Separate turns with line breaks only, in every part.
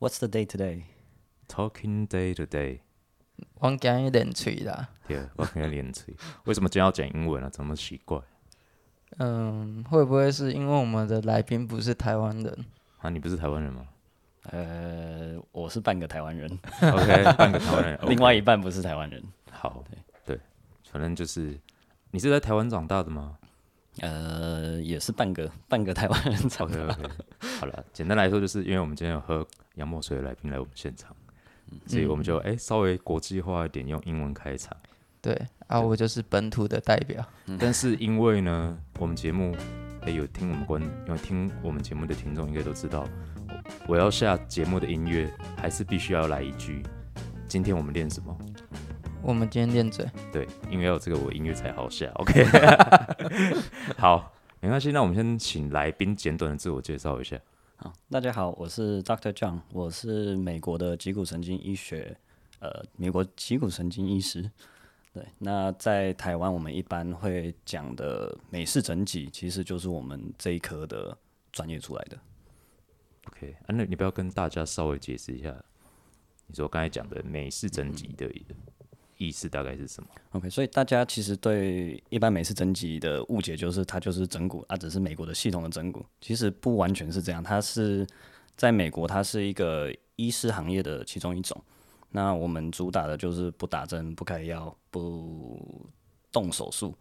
What's the day today？
Talking day to day，
我今日练喙啦，
对，我可以连嘴。为什么今天要讲英文啊？怎么奇怪？
嗯，会不会是因为我们的来宾不是台湾人？
啊，你不是台湾人吗
呃，我是半个台湾人，
？OK，半 个台湾人。
另外一半不是台湾人。
好，对，反正就是你是在台湾长大 的吗
呃，也是半个半个台湾人长
？OK
的。
OK，好了，简单来说，就是因为我们今天有喝洋墨水的来宾来我们现场，所以我们就
嗯
哎、稍微国际化一点，用英文开场。
对啊，我就是本土的代表。
但是因为呢，我们节目，哎、有听我们观有听我们节目的听众应该都知道，我我要下节目的音乐还是必须要来一句，今天我们练什么？
我们今天练嘴，
对，因为要有这个我音乐才好下。OK，好，没关系，那我们先请来宾简短的自我介绍一下。
好，大家好，我是 Dr. John，我是美国的脊骨神经医学，呃，美国脊骨神经医师。对，那在台湾我们一般会讲的美式整脊，其实就是我们这一科的专业出来的。
OK，啊，那你不要跟大家稍微解释一下，你说刚才讲的美式整脊的意思大概是什么？
OK，所以大家其实对一般美式整脊的误解就是它就是整骨，啊，只是美国的系统的整骨，其实不完全是这样。它是在美国，它是一个医师行业的其中一种。那我们主打的就是不打针、不开药、不动手术，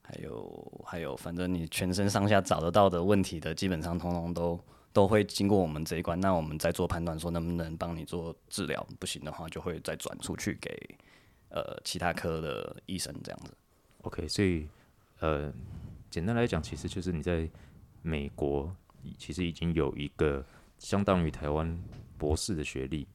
还有还有，反正你全身上下找得到的问题的，基本上通通都都会经过我们这一关。那我们再做判断，说能不能帮你做治疗，不行的话就会再转出去给呃其他科的医生这样子。
OK，所以呃，简单来讲，其实就是你在美国已其实已经有一个相当于台湾博士的学历，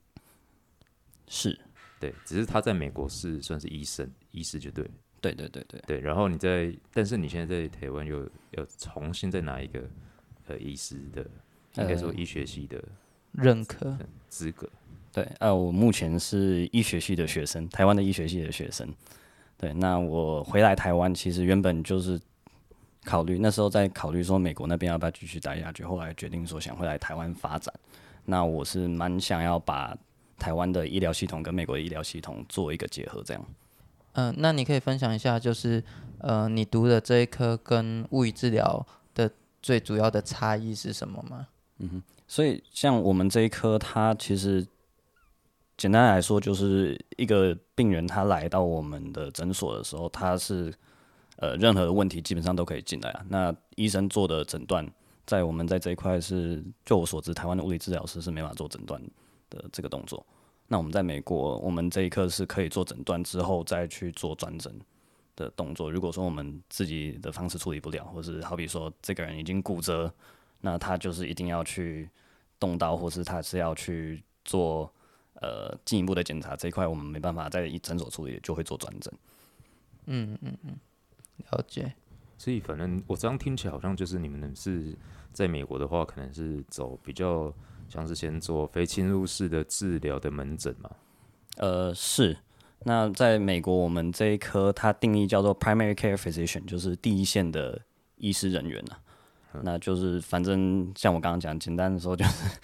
是，
对，只是他在美国是算是医生，医师就对了，
对对对对，
对。然后你在，但是你现在在台湾又要重新再拿一个呃医师的，应该说
呃
医学系的
认可。
资格。
对，呃，我目前是医学系的学生，台湾的医学系的学生。对，那我回来台湾，其实原本就是考虑那时候在考虑说美国那边要不要继续待下去，后来决定说想回来台湾发展。那我是蛮想要把台湾的医疗系统跟美国的医疗系统做一个结合，这样。
嗯、那你可以分享一下，就是呃，你读的这一科跟物理治疗的最主要的差异是什么吗？
嗯所以，像我们这一科，它其实简单来说，就是一个病人他来到我们的诊所的时候，他是呃任何的问题基本上都可以进来啊。那医生做的诊断，在我们在这一块是，就我所知，台湾的物理治疗师是没办法做诊断的这个动作。那我们在美国，我们这一科是可以做诊断之后再去做转诊的动作。如果说我们自己的方式处理不了，或是好比说这个人已经骨折，那他就是一定要去动刀，或是他是要去做呃进一步的检查这一块，我们没办法在诊所处理，就会做转诊。
了解。
所以反正我这样听起来好像就是你们是在美国的话，可能是走比较像是先做非侵入式的治疗的门诊嘛。
呃，是。那在美国，我们这一科它定义叫做 primary care physician，就是第一线的医师人员啊。那就是反正像我刚刚讲，简单的说就是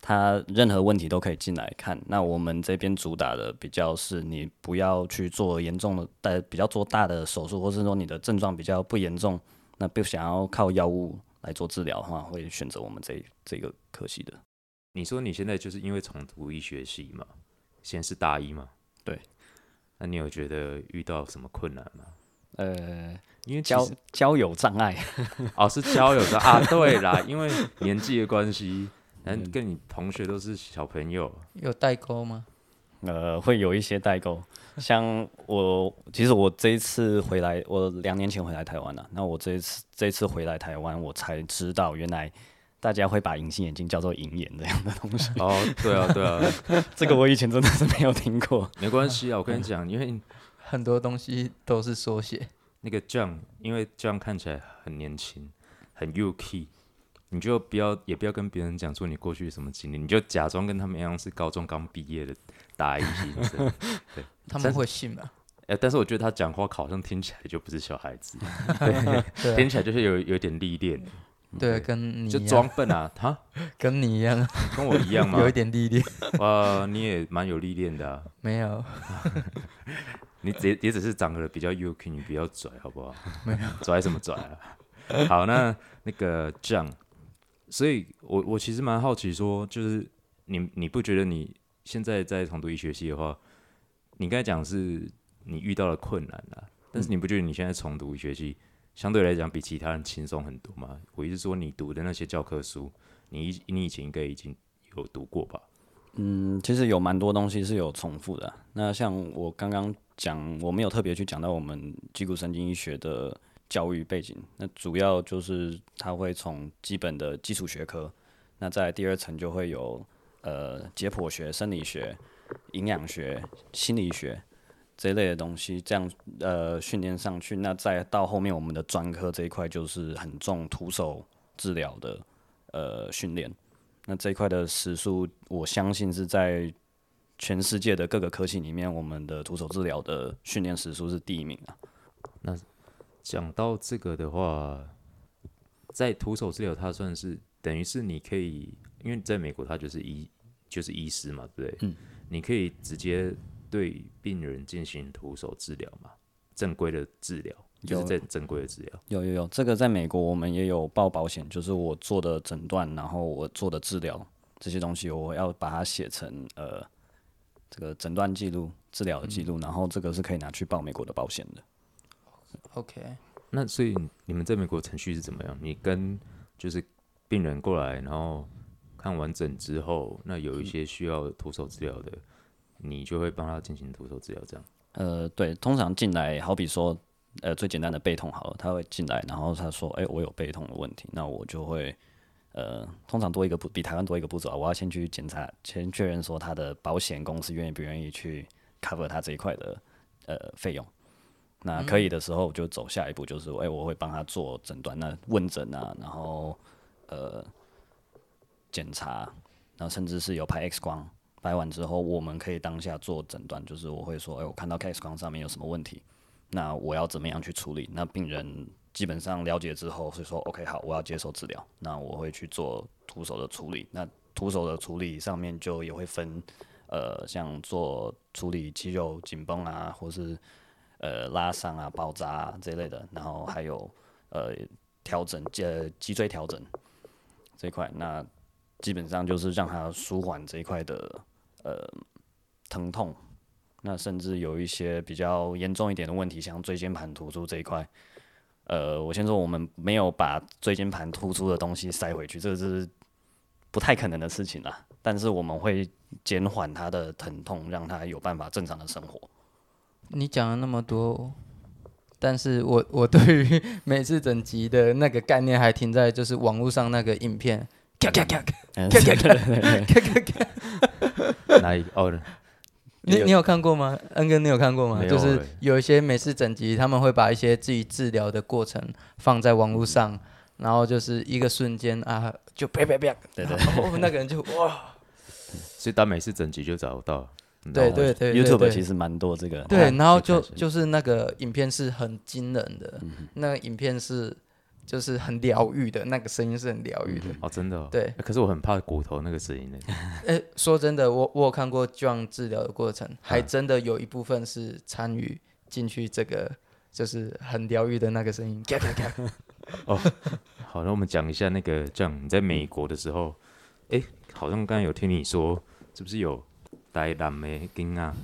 他任何问题都可以进来看。那我们这边主打的比较是你不要去做严重的，但比较做大的手术，或是说你的症状比较不严重，那不想要靠药物来做治疗的话，会选择我们这一这个科系的。
你说你现在就是因为重读医学系嘛，先是大一嘛，
对。
那你有觉得遇到什么困难吗？
呃，
因为其
交
实
交友障碍。
哦是交友的啊，对啦，因为年纪的关系，然后跟你同学都是小朋友，
有代沟吗？
呃，会有一些代沟。像我，其实我这一次回来，我两年前回来台湾了、那我这一次这一次回来台湾，我才知道原来大家会把隐形眼镜叫做银眼这样的东西。
哦，对啊对啊，
这个我以前真的是没有听过。
没关系啊，我跟你讲，因为
很多东西都是缩写。
那个 John，因为 John 看起来很年轻，很 UK，你就不要也不要跟别人讲说你过去什么经历，你就假装跟他们一样是高中刚毕业的大一新生。
他
但
们
是
会信吗？
哎、但是我觉得他讲话好像听起来就不是小孩子，
对啊
听起来就是有有点历练。
对，啊跟你
就
一样
装笨啊，哈，
跟你一样，
跟我一样吗
有？一点历练，
哇，你也蛮有历练的啊，
没有
你也也只是长得比较 UK，你比较拽，好不好？没有 拽什么拽啊？ 好，那那个这样，所以我我其实蛮好奇说，就是你你不觉得你现在在重读医学系的话，你刚才讲是你遇到了困难啦，但是你不觉得你现在重读医学系相对来讲比其他人轻松很多吗？我意思说，你读的那些教科书，你以你以前应该已经有读过吧？
嗯，其实有蛮多东西是有重复的啊。那像我刚刚讲，我没有特别去讲到我们脊骨神经医学的教育背景，那主要就是它会从基本的基础学科，那在第二层就会有呃解剖学、生理学、营养学、心理学这一类的东西，这样呃训练上去。那再到后面我们的专科这一块，就是很重徒手治疗的呃训练。那这一块的时数，我相信是在全世界的各个科系里面，我们的徒手治疗的训练时数是第一名啊。
讲到这个的话，在徒手治疗，它算是等于是你可以，因为在美国它就是医就是医师嘛，对不对？嗯，你可以直接对病人进行徒手治疗嘛，正规的治疗，就
有
是在正规的治疗。
有有有，这个在美国我们也有报保险，就是我做的诊断，然后我做的治疗这些东西，我要把它写成呃这个诊断记录、治疗的记录，然后这个是可以拿去报美国的保险的。
，OK，
那所以你们在美国程序是怎么样？你跟就是病人过来，然后看完整之后，那有一些需要徒手治疗的，你就会帮他进行徒手治疗，这样。
呃，对，通常进来，好比说，呃，最简单的背痛好了，他会进来，然后他说，哎、我有背痛的问题，那我就会，呃，通常多一个步，比台湾多一个步骤啊，我要先去检查，先确认说他的保险公司愿意不愿意去 cover 他这一块的呃费用。那可以的时候，我就走下一步，就是，哎、我会帮他做诊断，那问诊啊，然后呃检查，然后甚至是有拍 X 光，拍完之后，我们可以当下做诊断，就是我会说，哎、我看到 X 光上面有什么问题，那我要怎么样去处理？那病人基本上了解之后是说，OK，好，我要接受治疗，那我会去做徒手的处理。那徒手的处理上面就也会分，呃，像做处理肌肉紧绷啊，或是呃拉伤啊、包扎啊这一类的，然后还有呃调整呃脊椎调整这一块，那基本上就是让他舒缓这一块的呃疼痛，那甚至有一些比较严重一点的问题，像椎间盘突出这一块。呃，我先说，我们没有把椎间盘突出的东西塞回去，这个是不太可能的事情啦。但是我们会减缓他的疼痛，让他有办法正常的生活。
你讲了那么多，但是我我对于每次整集的那个概念还停在就是网络上那个影片，咔咔咔咔
嗯，
咔 咔咔咔咔咔，
哪一哦，
你
有
你有看过吗？恩哥，你有看过吗？
没有
就是
欸
有一些每次整集他们会把一些自己治疗的过程放在网络上，然后就是一个瞬间啊，就啪啪啪，
对对
然后那个人就哇，
所以当每次整集就找到。你知道
对
吗
对对对
，YouTube
对
其实蛮多这个。
对，然后
去
就
看
就是那个影片是很惊人的，那个影片是就是很疗愈的，那个声音是很疗愈的。
哦，真的、哦。
对
欸可是我很怕骨头那个声音呢。
哎、说真的，我我有看过 John 治疗的过程，还
嗯
真的有一部分是参与进去这个，就是很疗愈的那个声音。咔 咔咔
好，那我们讲一下那个，这样你在美国的时候，哎、好像刚才有听你说，是不是有台南的囡啊，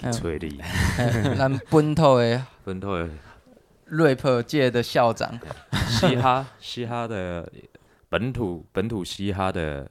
去催你，
哎咱本土的
分头的
rap 界的校长，
嘻哈嘻哈的本土本土嘻哈的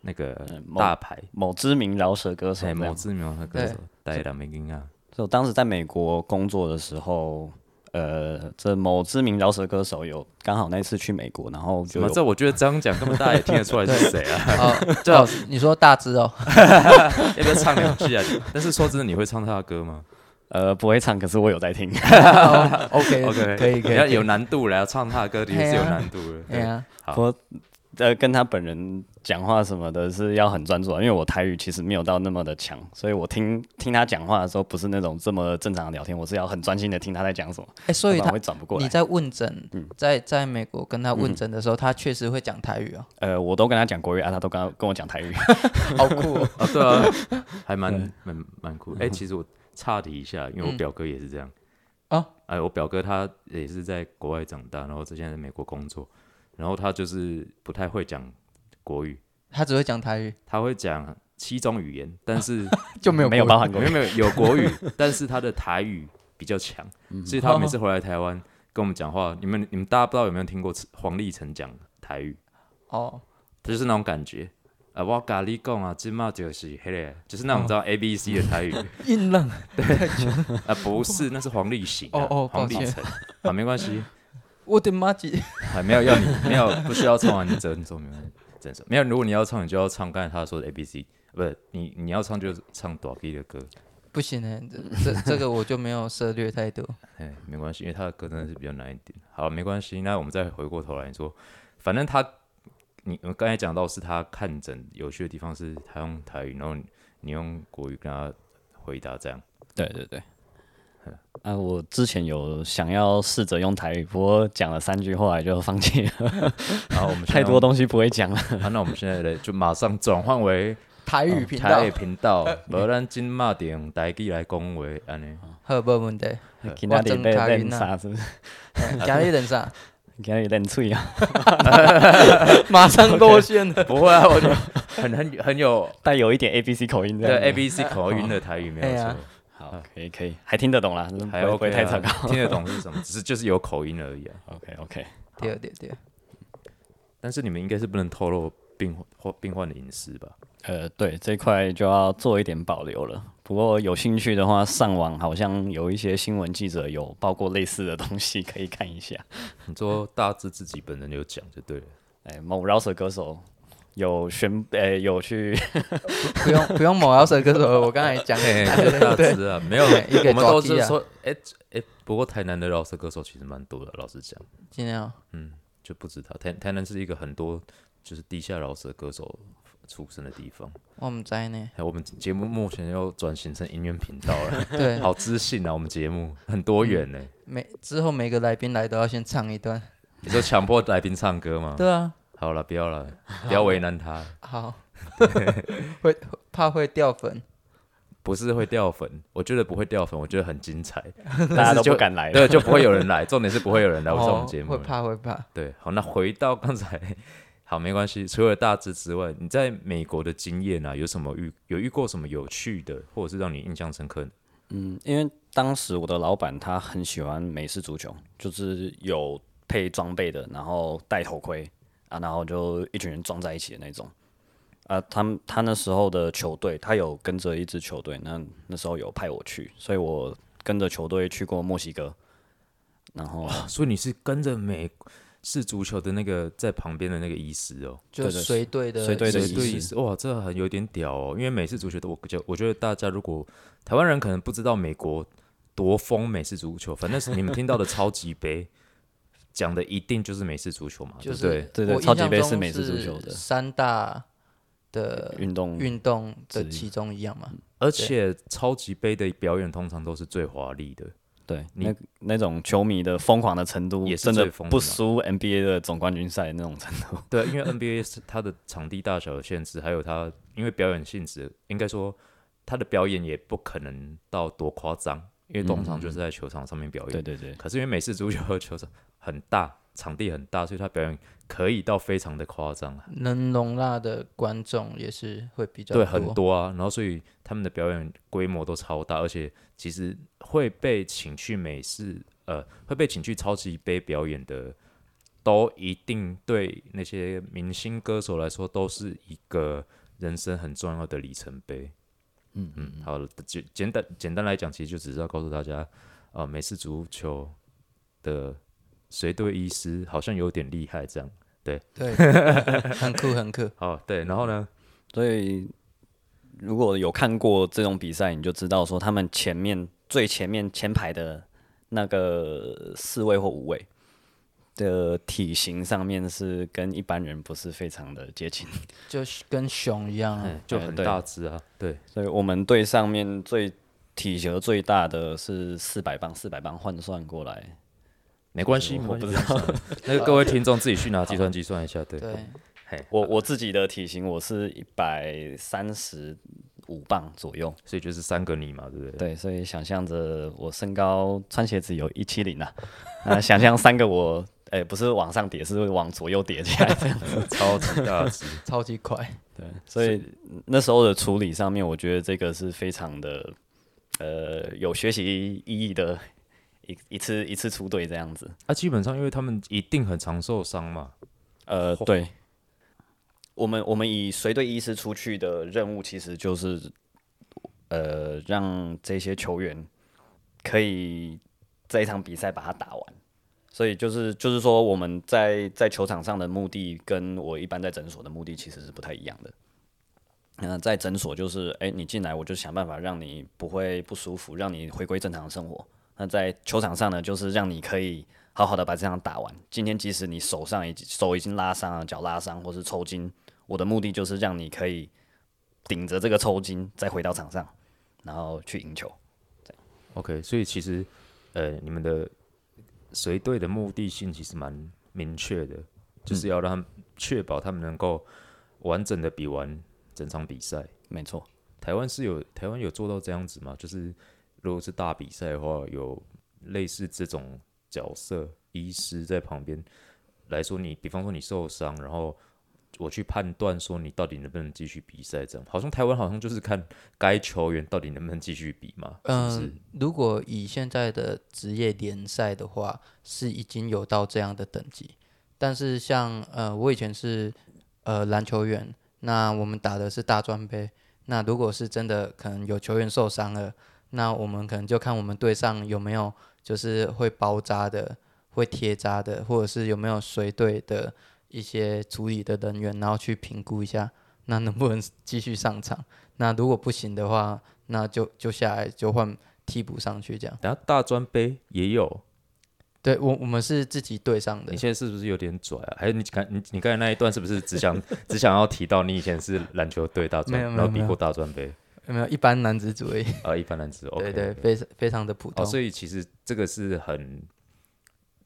那个
呃某
大牌，
某知名饶舌歌手
哎、
这
某
样
知名的歌手，台南的囡啊，
所以我当时在美国工作的时候，呃，这某知名饶舌歌手有刚好那一次去美国，然后
怎
就
么
有
这我觉得这样讲根本大家也听得出来是谁啊？
哦，哦，你说大只 哦，
要不要唱两句啊？ 但是说真的，你会唱他的歌吗
呃不会唱，可是我有在听。
哦 OK
？OK，
可以可
要
以，
有难度了，要唱他的歌的确是有难度的。
哎
对啊
呀，
好
我呃跟他本人讲话什么的，是要很专注啊，因为我台语其实没有到那么的强，所以我听听他讲话的时候，不是那种这么正常的聊天，我是要很专心的听他在讲什么，
哎，所
不
以
然
他
我会转不过
你
来。嗯
在问诊，在在美国跟他问诊的时候，他确实会讲台语哦，
呃，我都跟他讲国语啊，他都跟他跟我讲台语。
好酷哦！
啊，对啊，还蛮蛮蛮酷。哎、其实我岔题一下，因为我表哥也是这样。
嗯啊，
哎，我表哥他也是在国外长大，然后之前在美国工作，然后他就是不太会讲国语，
他只会讲台语，
他会讲七种语言，但是
就 没有
没有
国语
包含国语
没有没有有国语，但是他的台语比较强，所以他每次回来台湾跟我们讲话，你们你们大家不知道有没有听过黄立成讲台语？
哦，
就是那种感觉。啊，我咖喱贡啊，芝麻就是黑嘞，就是那种
哦
你知道 A B C 的台语 啊，
硬愣，
不是，那是黄立行啊、
哦哦抱
黄立
歉
成啊，没关系，
我的妈鸡！
还没有要你，没有不需要唱啊完你整首，没关系，整首没有。如果你要唱，你就要唱刚才他说的 A B C，不是你你要唱就唱 d o g 的歌，
不行哎，这 这这个我就没有涉略太多。
哎，没关系，因为他的歌真的是比较难一点。好，没关系，那我们再回过头来说，反正他，你我刚才讲到是他看诊有趣的地方是他用台语，然后你你用国语跟他回答这样。
对对对。啊，我之前有想要试着用台语，不过讲了三句，后来就放弃了，
然后我们现在
太多东西不会 讲了。
啊，那我们现在来就马上转换为
哦台语频道
台语，频道， 无咱今嘛得用台语来讲话安尼。
好，没 问题。
今天
真
被
台语
练
呢
啥是不是？
讲你等啥？
今天练脆啊，
马上 落线 了。
不会啊，我就很很很有
带有一点 A B C 口音这
对
样子。
A B C 口音的台语没
哎
有
呀
错，
好，嗯可以可以，还听得懂啦，
还
不会不
OK
会
啊
太糟糕。
听得懂是什么，只是就是有口音而已啊。
OK OK，
对对对，
但是你们应该是不能透露病患病患的隐私吧？
呃，对这一块就要做一点保留了。不过有兴趣的话，上网好像有一些新闻记者有报过类似的东西， 可以看一下。
你说大致自己本人有讲 就对了。
哎，某饶舌歌手有宣，呃，有 去，
不用不用某饶舌歌手了，我刚才 讲
哎
嘿，
的。
嘿 就大致啊，没有，
对一个
我们都
爪
是
机啊
说，哎哎，不过台南的饶舌歌手其实蛮多的，老实讲。
今天啊，
嗯，就不止他，台台南是一个很多就是地下饶舌歌手出生的地方。
我们在呢。
哎，我们节目目前要转型成音乐频道了，
对，
好自信啊！我们节目很多元呢、
每之后每个来宾来都要先唱一段。
你说强迫来宾唱歌吗？
对啊，
好了，不要了，不要为难他，
好，会怕会掉粉。
不是会掉粉，我觉得不会掉粉，我觉得很精彩，
大家都
就
不敢来了。
对，就不会有人来，重点是不会有人 来我上我们节目
哎哦会
了。
怕会怕。
对，好，那回到刚才，好，没关系。除了大致之外，你在美国的经验啊，有什么遇有遇过什么有趣的，或者是让你印象深刻的？
嗯，因为当时我的老板他很喜欢美式足球，就是有配装备的，然后戴头盔啊，然后就一群人撞在一起的那种。啊，他们他那时候的球队，他有跟着一支球队，那那时候有派我去，所以我跟着球队去过墨西哥，然后
所以你是跟着美式足球的那个在旁边的那个医师哦，
就
对对
随队的
随队的
对
医
对，
师
医师，哇，这很有点屌哦。因为美式足球的，我觉我觉得大家如果台湾人可能不知道美国多疯美式足球，反正是你们听到的超级杯。讲的一定就是美式足球嘛，对
就
不对
是？
对对
我印
超级
象
杯
中
是美式足球的
三大的
运
哦
动
运动的
之一
其中一样嘛。
而且超级杯的表演通常都是最华丽的，
对，
你
那那种球迷的疯狂的程度，
也是
真的
最疯的
不
嘛
输 NBA 的总冠军赛那种程度。
对，因为 NBA 是它的场地大小的限制，还有它因为表演性质，应该说它的表演也不可能到多夸张，因为通常就是在球场上面表演。
对对对，
可是因为美式足球的球场很大，场地很大，所以它表演可以到非常的夸张，
能容纳的观众也是会比较
对，很多啊。然后所以他们的表演规模都超大，而且其实会被请去美式，呃，会被请去超级杯表演的，都一定对那些明星歌手来说都是一个人生很重要的里程碑。嗯嗯，好了，简简单简单来讲，其实就只是要告诉大家，呃，美式足球的随队医师好像有点厉害这样。
对，很酷很酷。
哦，对，然后呢？
所以如果有看过这种比赛，你就知道说他们前面最前面前排的那个四位或五位，的体型上面是跟一般人不是非常的接近，
就是跟熊一样、啊。
哎，就
哎
很
对
大只啊，对，
所以我们队上面最体型最大的是四百磅，四百磅换算过来，
没关系，
我
我
不
不
知
知道。 那个各位听众自己去拿计算机算一下，对，
对，
嘿，
我我自己的体型我是一百三十五磅左右，
所以就是三个你嘛，对不对？
对，所以想象着我身高穿鞋子有一七零啊， 那想象三个我，哎、不是往上叠，是会往左右叠起来这样子。
超级大只，
超级快。
对，所以那时候的处理上面，我觉得这个是非常的，呃，有学习意义的一一次一次出队这样子。
啊，基本上因为他们一定很常受伤嘛，
呃，对，我们我们以随队医师出去的任务，其实就是呃，让这些球员可以在一场比赛把它打完。所以就是就是说，我们在在球场上的目的跟我一般在诊所的目的其实是不太一样的。那在诊所就是，哎、你进来我就想办法让你不会不舒服，让你回归正常的生活。那在球场上呢，就是让你可以好好的把这场打完。今天即使你手上已经手已经拉伤了，脚拉伤或是抽筋，我的目的就是让你可以顶着这个抽筋再回到场上，然后去赢球。
OK，所以其实呃，你们的随队的目的性其实蛮明确的，就是要让他们确保他们能够完整的比完整场比赛。
没错，
台湾是有台湾有做到这样子吗？就是如果是大比赛的话，有类似这种角色医师在旁边来说你，比方说你受伤，然后我去判断说你到底能不能继续比赛，这样好像台湾好像就是看该球员到底能不能继续比嘛，是不
嗯、
是？
如果以现在的职业联赛的话，是已经有到这样的等级。但是像呃，我以前是呃篮球员，那我们打的是大专杯。那如果是真的可能有球员受伤了，那我们可能就看我们队上有没有就是会包扎的、会贴扎的，或者是有没有随队的一些处理的人员，然后去评估一下，那能不能继续上场。那如果不行的话，那就就下来就换替补上去这样。
然后大专杯也有，
对我我们是自己队上的
你，现在是不是有点拽啊？还有你刚你你刚才那一段是不是只想 只想要提到你以前是篮球队大专，
没有没
然
有
后比
没有
过大专杯
有没有一般男子主义？
啊？一般男子 OK，
对对，非常非常的普
哦，
通。
所以其实这个是很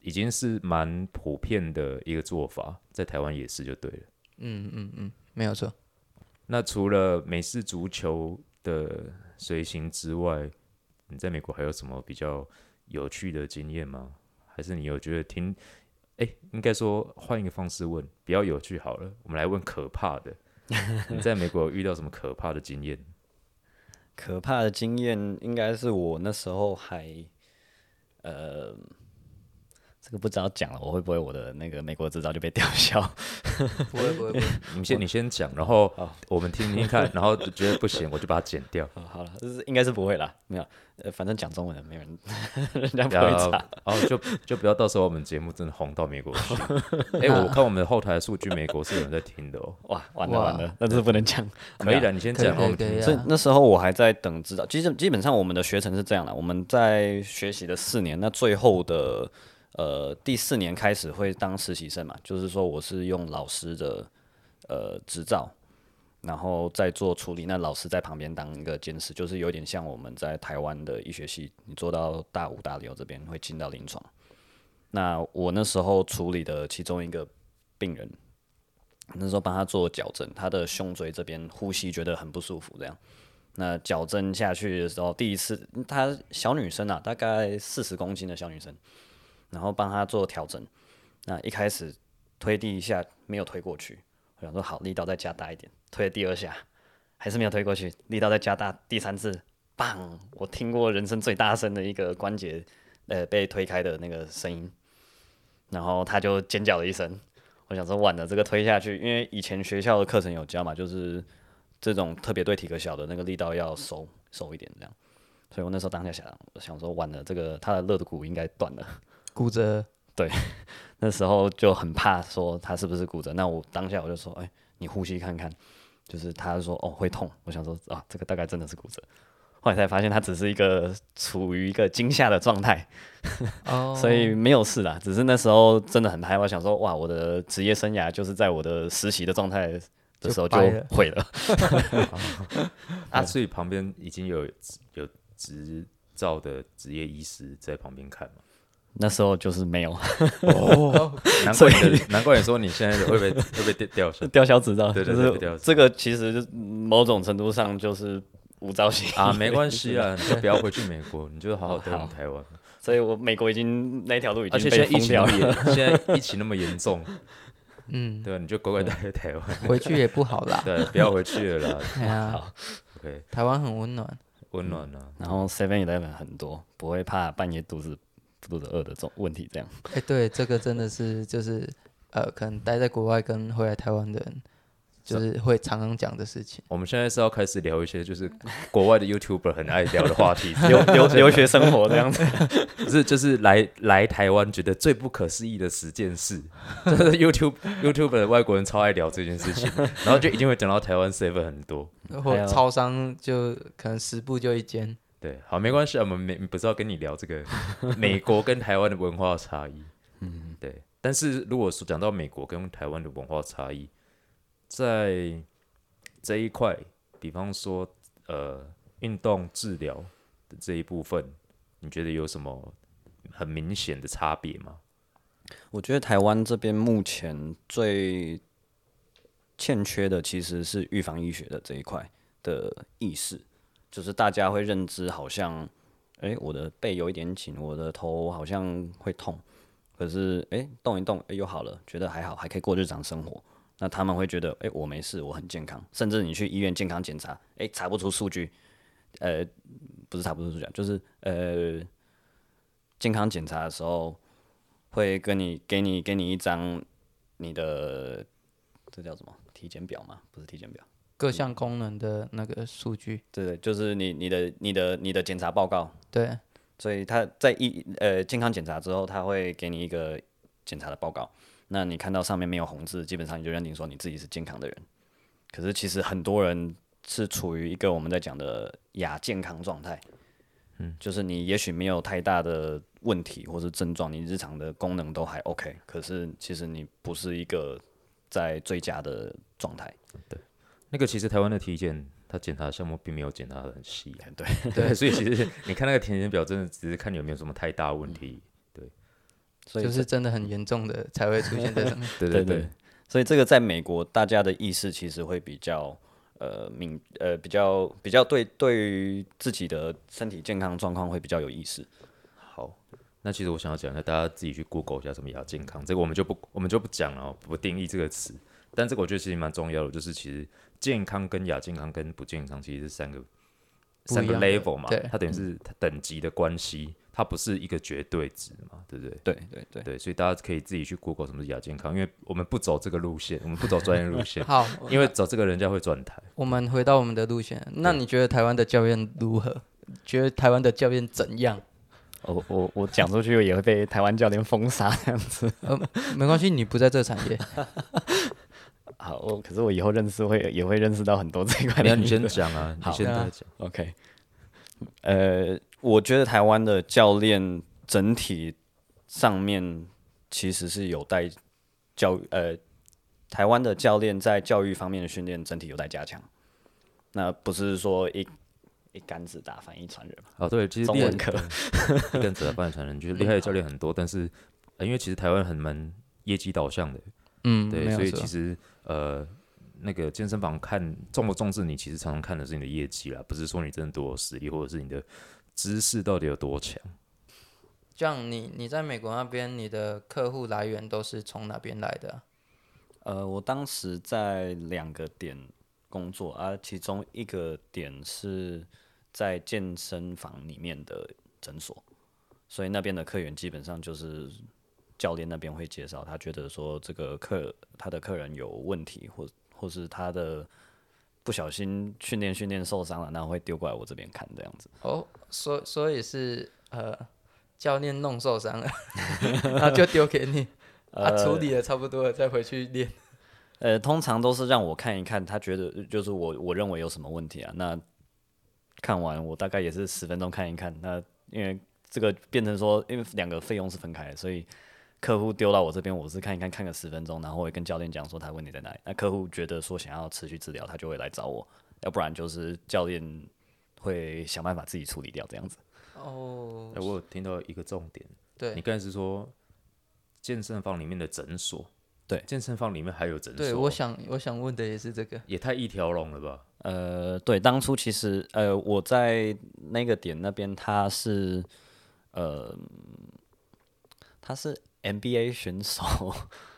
已经是蛮普遍的一个做法，在台湾也是就对了。
嗯嗯嗯，没有错。
那除了美式足球的随行之外，你在美国还有什么比较有趣的经验吗？还是你有觉得听？哎、应该说换一个方式问，比较有趣好了。我们来问可怕的，你在美国有遇到什么可怕的经验？
可怕的经验应该是我那时候还，呃，这个不知道讲了，我会不会我的那个美国执照就被吊 销？
不会不会不 会，
你们先你先讲，然后我们听听看，然后觉得不行，我就把它剪掉。
哦，好了，就是应该是不会啦，没有，呃，反正讲中文的没有人，人 家不
不要
会查。，
哦，就就不要到时候我们节目真的红到美国去。哎、我看我们的后台的数据，美国是有人在听的哦。
哇，完了
哇
完了，那就是不能讲。
可以啊的，你先
可以
讲，然哦后
可
我们
以可
听。
以
哦所以
啊。
那时候我还在等指导，其实基本上我们的学程是这样的，我们在学习的四年，那最后的呃第四年开始会当实习生嘛，就是说我是用老师的呃执照，然后再做处理，那老师在旁边当一个监视，就是有点像我们在台湾的医学系，你做到大五大六这边会进到临床。那我那时候处理的其中一个病人，那时候帮他做矫正，他的胸椎这边呼吸觉得很不舒服，这样。那矫正下去的时候，第一次她小女生啊，大概四十公斤的小女生，然后帮她做调整。那一开始推第一下没有推过去，我想说好力道再加大一点，推了第二下还是没有推过去，力道再加大，第三次，棒！我听过人生最大声的一个关节，呃，被推开的那个声音，然后她就尖叫了一声。我想说晚了，这个推下去，因为以前学校的课程有教嘛，就是这种特别对体格小的那个力道要收收一点这样。所以我那时候当下想，我想说完了，这个他的肋骨应该断了。
骨折
那时候就很怕说他是不是骨折。那我当下我就说，哎、你呼吸看看。就是他说哦会痛，我想说啊这个大概真的是骨折。后来才发现他只是一个处于一个惊吓的状态，
哦，
所以没有事啦。只是那时候真的很害怕，想说哇，我的职业生涯就是在我的实习的状态的时候就
就掰了
毁 了。
啊，所以旁边已经有有执照的职业医师在旁边看嘛，
那时候就是没有
难怪你的难怪你说你现在会被会被掉 掉下
吊销执照，
对
就
对对吊销
是
执
这个其实某种程度上就是无招型
啊，没关系啊，你就不要回去美国，你就好好待在台湾。
所以我美国已经那条路已
而
经
且现在
被
疫
封
情
掉
那么
了。
严，现在疫情那么严重，
嗯，
对啊，你就乖乖待在台湾，
回去也不好 啦。
对，不要回去了啦。
哎呀，
OK，
台湾很温暖，
温暖啊，
然后 Seven Eleven 很多，不会怕半夜肚子肚子饿的这种问题。这 样
哎、对，这个真的是就是呃，可能待在国外跟回来台湾的人，就是会常常讲的事情。
我们现在是要开始聊一些就是国外的 YouTuber 很爱聊的话题，
留留留学生活这样子，
不是就是来来台湾觉得最不可思议的十件事，就是 YouTube YouTube 的外国人超爱聊这件事情，然后就一定会讲到台湾 Seven 很多。
或
还有
超商就可能十步就一间，
对，好，没关系，我们没不是要跟你聊这个美国跟台湾的文化差异。嗯，对。但是如果说讲到美国跟台湾的文化差异，在这一块，比方说呃运动治疗的这一部分，你觉得有什么很明显的差别吗？
我觉得台湾这边目前最欠缺的其实是预防医学的这一块的意识，就是大家会认知好像，哎、我的背有一点紧，我的头好像会痛，可是哎、诶动一动、诶又好了，觉得还好，还可以过日常生活。那他们会觉得，哎、我没事，我很健康。甚至你去医院健康检查，哎、查不出数据，呃，不是查不出数据啊，就是呃，健康检查的时候，会跟你给你给你一张你的这叫什么体检表吗？不是体检表，
各项功能的那个数据，
对对，就是你你的你的你的检查报告。
对，
所以他在一呃健康检查之后，他会给你一个检查的报告。那你看到上面没有红字，基本上你就认定说你自己是健康的人。可是其实很多人是处于一个我们在讲的亚健康状态，嗯，就是你也许没有太大的问题或是症状，你日常的功能都还 OK，可是其实你不是一个在最佳的状态。
那个其实台湾的体检，它检查项目并没有检查的很细、啊，
对
对，所以其实你看那个体检表，真的只是看有没有什么太大问题。
所以
就是真的很严重的才会出现这 种。
对
对
对
对，所以这个在美国，大家的意识其实会比较呃敏呃比较比较对对于自己的身体健康状况会比较有意识。
好，那其实我想要讲一下，大家自己去 Google 一下什么亚健康，这个我们就不我们就不讲了哦，不定义这个词。但这个我觉得其实蛮重要的，就是其实健康跟亚健康跟不健康其实是三个
不
三
一
个
样的
level 嘛
对，，
它等于是等级的关系，它不是一个绝对值嘛，对不对？
对对对，
对，所以大家可以自己去 Google 什么是亚健康，因为我们不走这个路线，我们不走专业路线
好，
因为走这个人家会转 台。
我们回到我们的路线，那你觉得台湾的教练如何？觉得台湾的教练怎样？
我我我讲出去也会被台湾教练封杀 这样子。
没关系，你不在这个产 业，
好，我可是我以后认识会也会认识到很多这一块的
没有，
领域。
你先讲啊，你
好
先
那
再讲。
OK，呃，我觉得台湾的教练整体上面其实是有待教育，呃，台湾的教练在教育方面的训练整体有待加强。那不是说一一竿子打翻一船人嘛？
哦，对，其实
中
练
文课
对一竿子打翻船人，就是厉害的教练很多，但是、呃因为其实台湾很蛮业绩导向的，
嗯，
对，
没有
所以
错
其实呃，那个健身房看重不重视你，其实常常看的是你的业绩啦，不是说你真的多有实力，或者是你的知识到底有多强。
这样你你在美国那边，你的客户来源都是从哪边来的啊、
呃，我当时在两个点工作啊，其中一个点是在健身房里面的诊所，所以那边的客源基本上就是教练那边会介绍，他觉得说这个客他的客人有问题，或或是他的不小心训练训练受伤了，然后会丢过来我这边看这样子。
哦，所所以是呃，教练弄受伤了， 然后就丢给 你，啊，处理的差不多了，再回去练。
呃，通常都是让我看一看，他觉得就是我我认为有什么问题啊，那看完，我大概也是十分钟看一看。那因为这个变成说，因为两个费用是分开的，所以客户丢到我这边，我是看一看，看个十分钟，然后我会跟教练讲说他问题在哪里。那客户觉得说想要持续治疗，他就会来找我，要不然就是教练会想办法自己处理掉这样子。
哦
哎、，我有听到一个重点，你
对，
刚才是说健身房里面的诊所，
对
健身房里面还有诊所，
对，我想我想问的也是这个。
也太一条龙了吧？
呃，对，当初其实呃，我在那个点那边，他是呃，他是 NBA 选手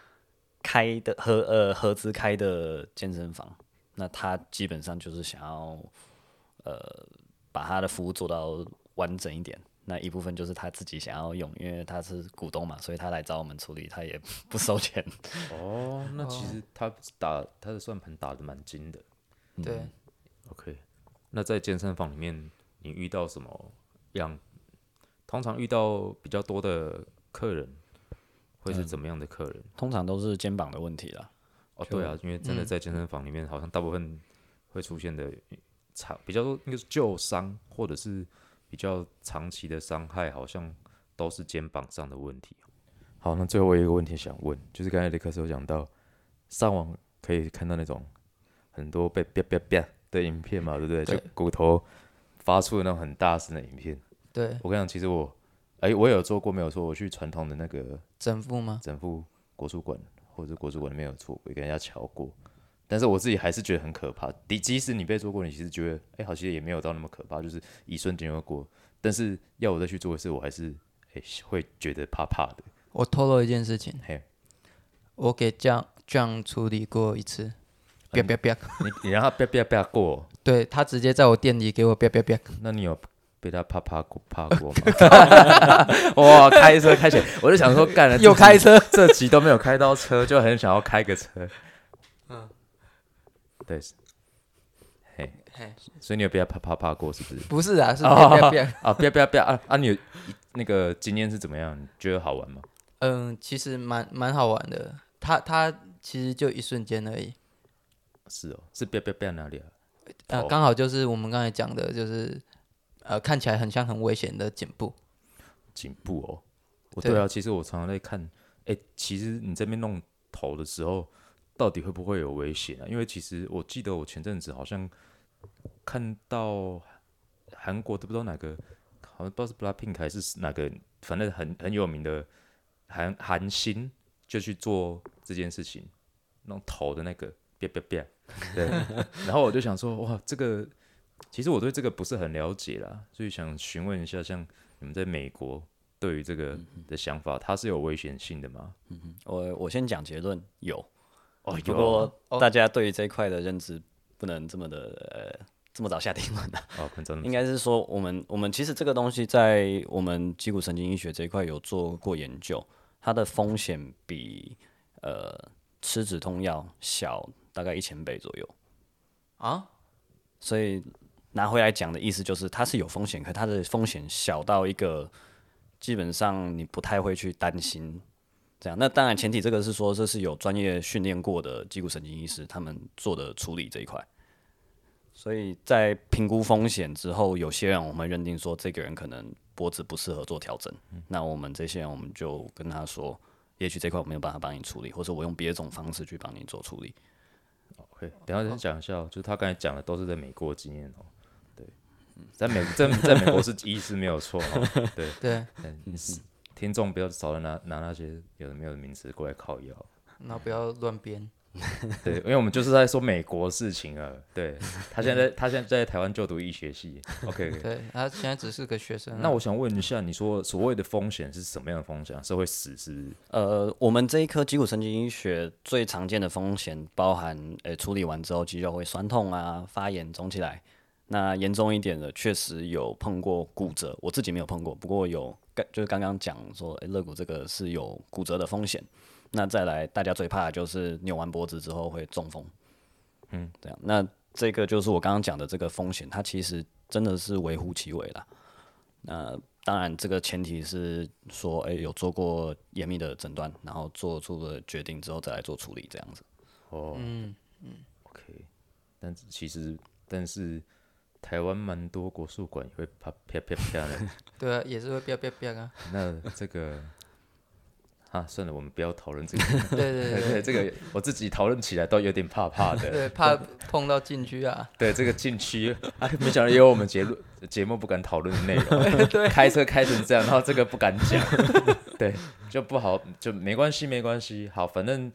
开的合呃合资开的健身房，那他基本上就是想要呃把他的服务做到完整一点。那一部分就是他自己想要用，因为他是股东嘛，所以他来找我们处理，他也 不收钱。
哦，那其实他打他的算盘打得蛮精的。
对，
OK，那在健身房里面，你遇到什么样？通常遇到比较多的客人，会是怎么样的客人？
通常都是肩膀的问题啦。
哦，对啊，因为真的
嗯
在健身房里面，好像大部分会出现的长比较多，应该是旧伤或者是比较长期的伤害，好像都是肩膀上的问题。好，那最后我有一个问题想问，就是刚才雷克斯有讲到，上网可以看到那种很多被啪啪啪的影片嘛，对不对？
对
就骨头发出的那种很大声的影片。
对，
我跟你讲，其实我，哎、我有做过，没有错，我去传统的那个
整副吗？
整副国术馆或者是国术馆里面有做过，也跟人家瞧过，但是我自己还是觉得很可怕。即即使你被做过，你其实觉得，哎、好，其实也没有到那么可怕，就是一瞬间就过。但是要我再去做一次，我还是哎、会觉得怕怕的。
我透露一件事情，
嘿，
我给 John John 处理过一次，啪
哎
啪啪，
你你让他啪啪啪过，
对他直接在我店里给我啪啪啪，
那你有被他啪啪过啪过吗？ 哇，开车开起来，我就想说，干了
又开车，
这集都没有开到车，就很想要开个车。嗯，对，嘿，
嘿
所以你有被他啪啪啪过是不是？
不是啊，是啪啪啪。
啊，不要不要不要啊啊！你有那个经验是怎么样？你觉得好玩吗？
嗯，其实蛮蛮好玩的，他他其实就一瞬间而已，
是哦，是不要不要不要哪里啊？
呃，
哦
刚好就是我们刚才讲的，就是呃看起来很像很危险的颈部，
颈部哦。我
对
对啊，其实我常常在看，哎、其实你这边弄头的时候，到底会不会有危险啊？因为其实我记得我前阵子好像看到韩国都不知道哪个，好像不知道是 Blackpink 还是哪个，反正很很有名的韩韩星就去做这件事情，弄头的那个，别别别，对。然后我就想说，哇，这个其实我对这个不是很了解啦，所以想询问一下，像你们在美国对于这个的想法，它是有危险性的吗？
我我先讲结论，有。
哦，
不过大家对于这一块的认知不能这么的呃这么早下定论啊，
哦，昆真
应该是说我们我们其实这个东西在我们脊骨神经医学这一块有做过研究，它的风险比呃吃止痛药小大概一千倍左右
啊，
所以拿回来讲的意思就是它是有风险，可它的风险小到一个基本上你不太会去担心。这样，那当然前提这个是说这是有专业训练过的脊骨神经医师他们做的处理这一块。所以在评估风险之后，有些人我们认定说这个人可能脖子不适合做调整，那我们这些人我们就跟他说，也许这块我没有办法帮你处理，或者我用别种方式去帮你做处理。
OK，等一下先讲一下哦，就是他刚才讲的都是在美国的经验哦。对，在美在在美国是医师没有错哦。对，
对，
但是 听众不要少来拿拿那些有的没有的名词过来靠腰。
那不要乱编，
对，因为我们就是在说美国事情啊。对他现在在他现在在台湾就读医学系。OK，
对他现在只是个学生啊，
那我想问一下，你说所谓的风险是什么样的风险啊？是会死是不是？
呃，我们这一科脊骨神经医学最常见的风险包含，呃，处理完之后肌肉会酸痛啊、发炎、肿起来。那严重一点的，确实有碰过骨折，我自己没有碰过，不过有，刚就是刚刚讲说，呃诶，肋骨这个是有骨折的风险。那再来，大家最怕的就是扭完脖子之后会中风。嗯，这样，那这个就是我刚刚讲的这个风险，它其实真的是微乎其微啦。那当然，这个前提是说，哎、有做过严密的诊断，然后做出了决定之后再来做处理，这样子。
哦，嗯嗯，OK，但是其实但是台湾蛮多国术馆也会啪啪啪啪的。
对啊，也是会飙飙飙 啊，
那这个，啊，算了，我们不要讨论这个。
对对对
对，这个我自己讨论起来都有点怕怕
对，
的。
对怕碰到禁区啊，
对，这个禁区，哎，没想到也有我们节目节目不敢讨论的内容。
对
开车开成这样，然后这个不敢讲， 对，就不好，就没关系，没关系，好，反正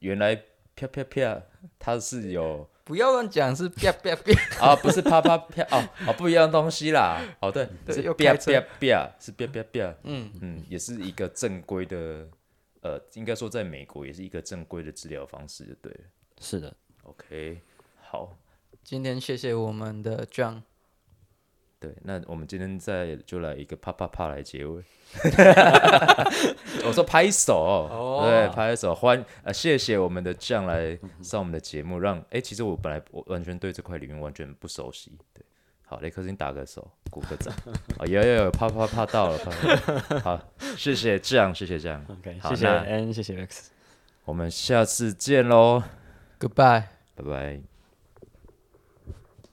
原来啪啪啪，它是有
不要乱讲是啪啪啪，
啊，不是啪啪啪哦，哦，不一样东西啦，哦，对，
对
是
又
啪
开
啪
车
啪，是啪啪啪，
嗯，
嗯，也是一个正规的，呃，应该说在美国也是一个正规的治疗方式，就对了
是的，
，OK，好，
今天谢谢我们的 John，
对，那我们今天再就来一个啪啪啪来结尾。 我说拍手，
哦
对，拍手欢呃，谢谢我们的酱来上我们的节目，让哎，其实我本来我完全对这块领域完全不熟悉，对，好，雷克斯你打个手，鼓个掌，啊，有有有，啪啪啪到了，啪啪啪，好，谢谢酱，谢谢酱
OK，
好
谢谢
那
N，谢谢 X。
我们下次见喽，
Goodbye。
拜拜。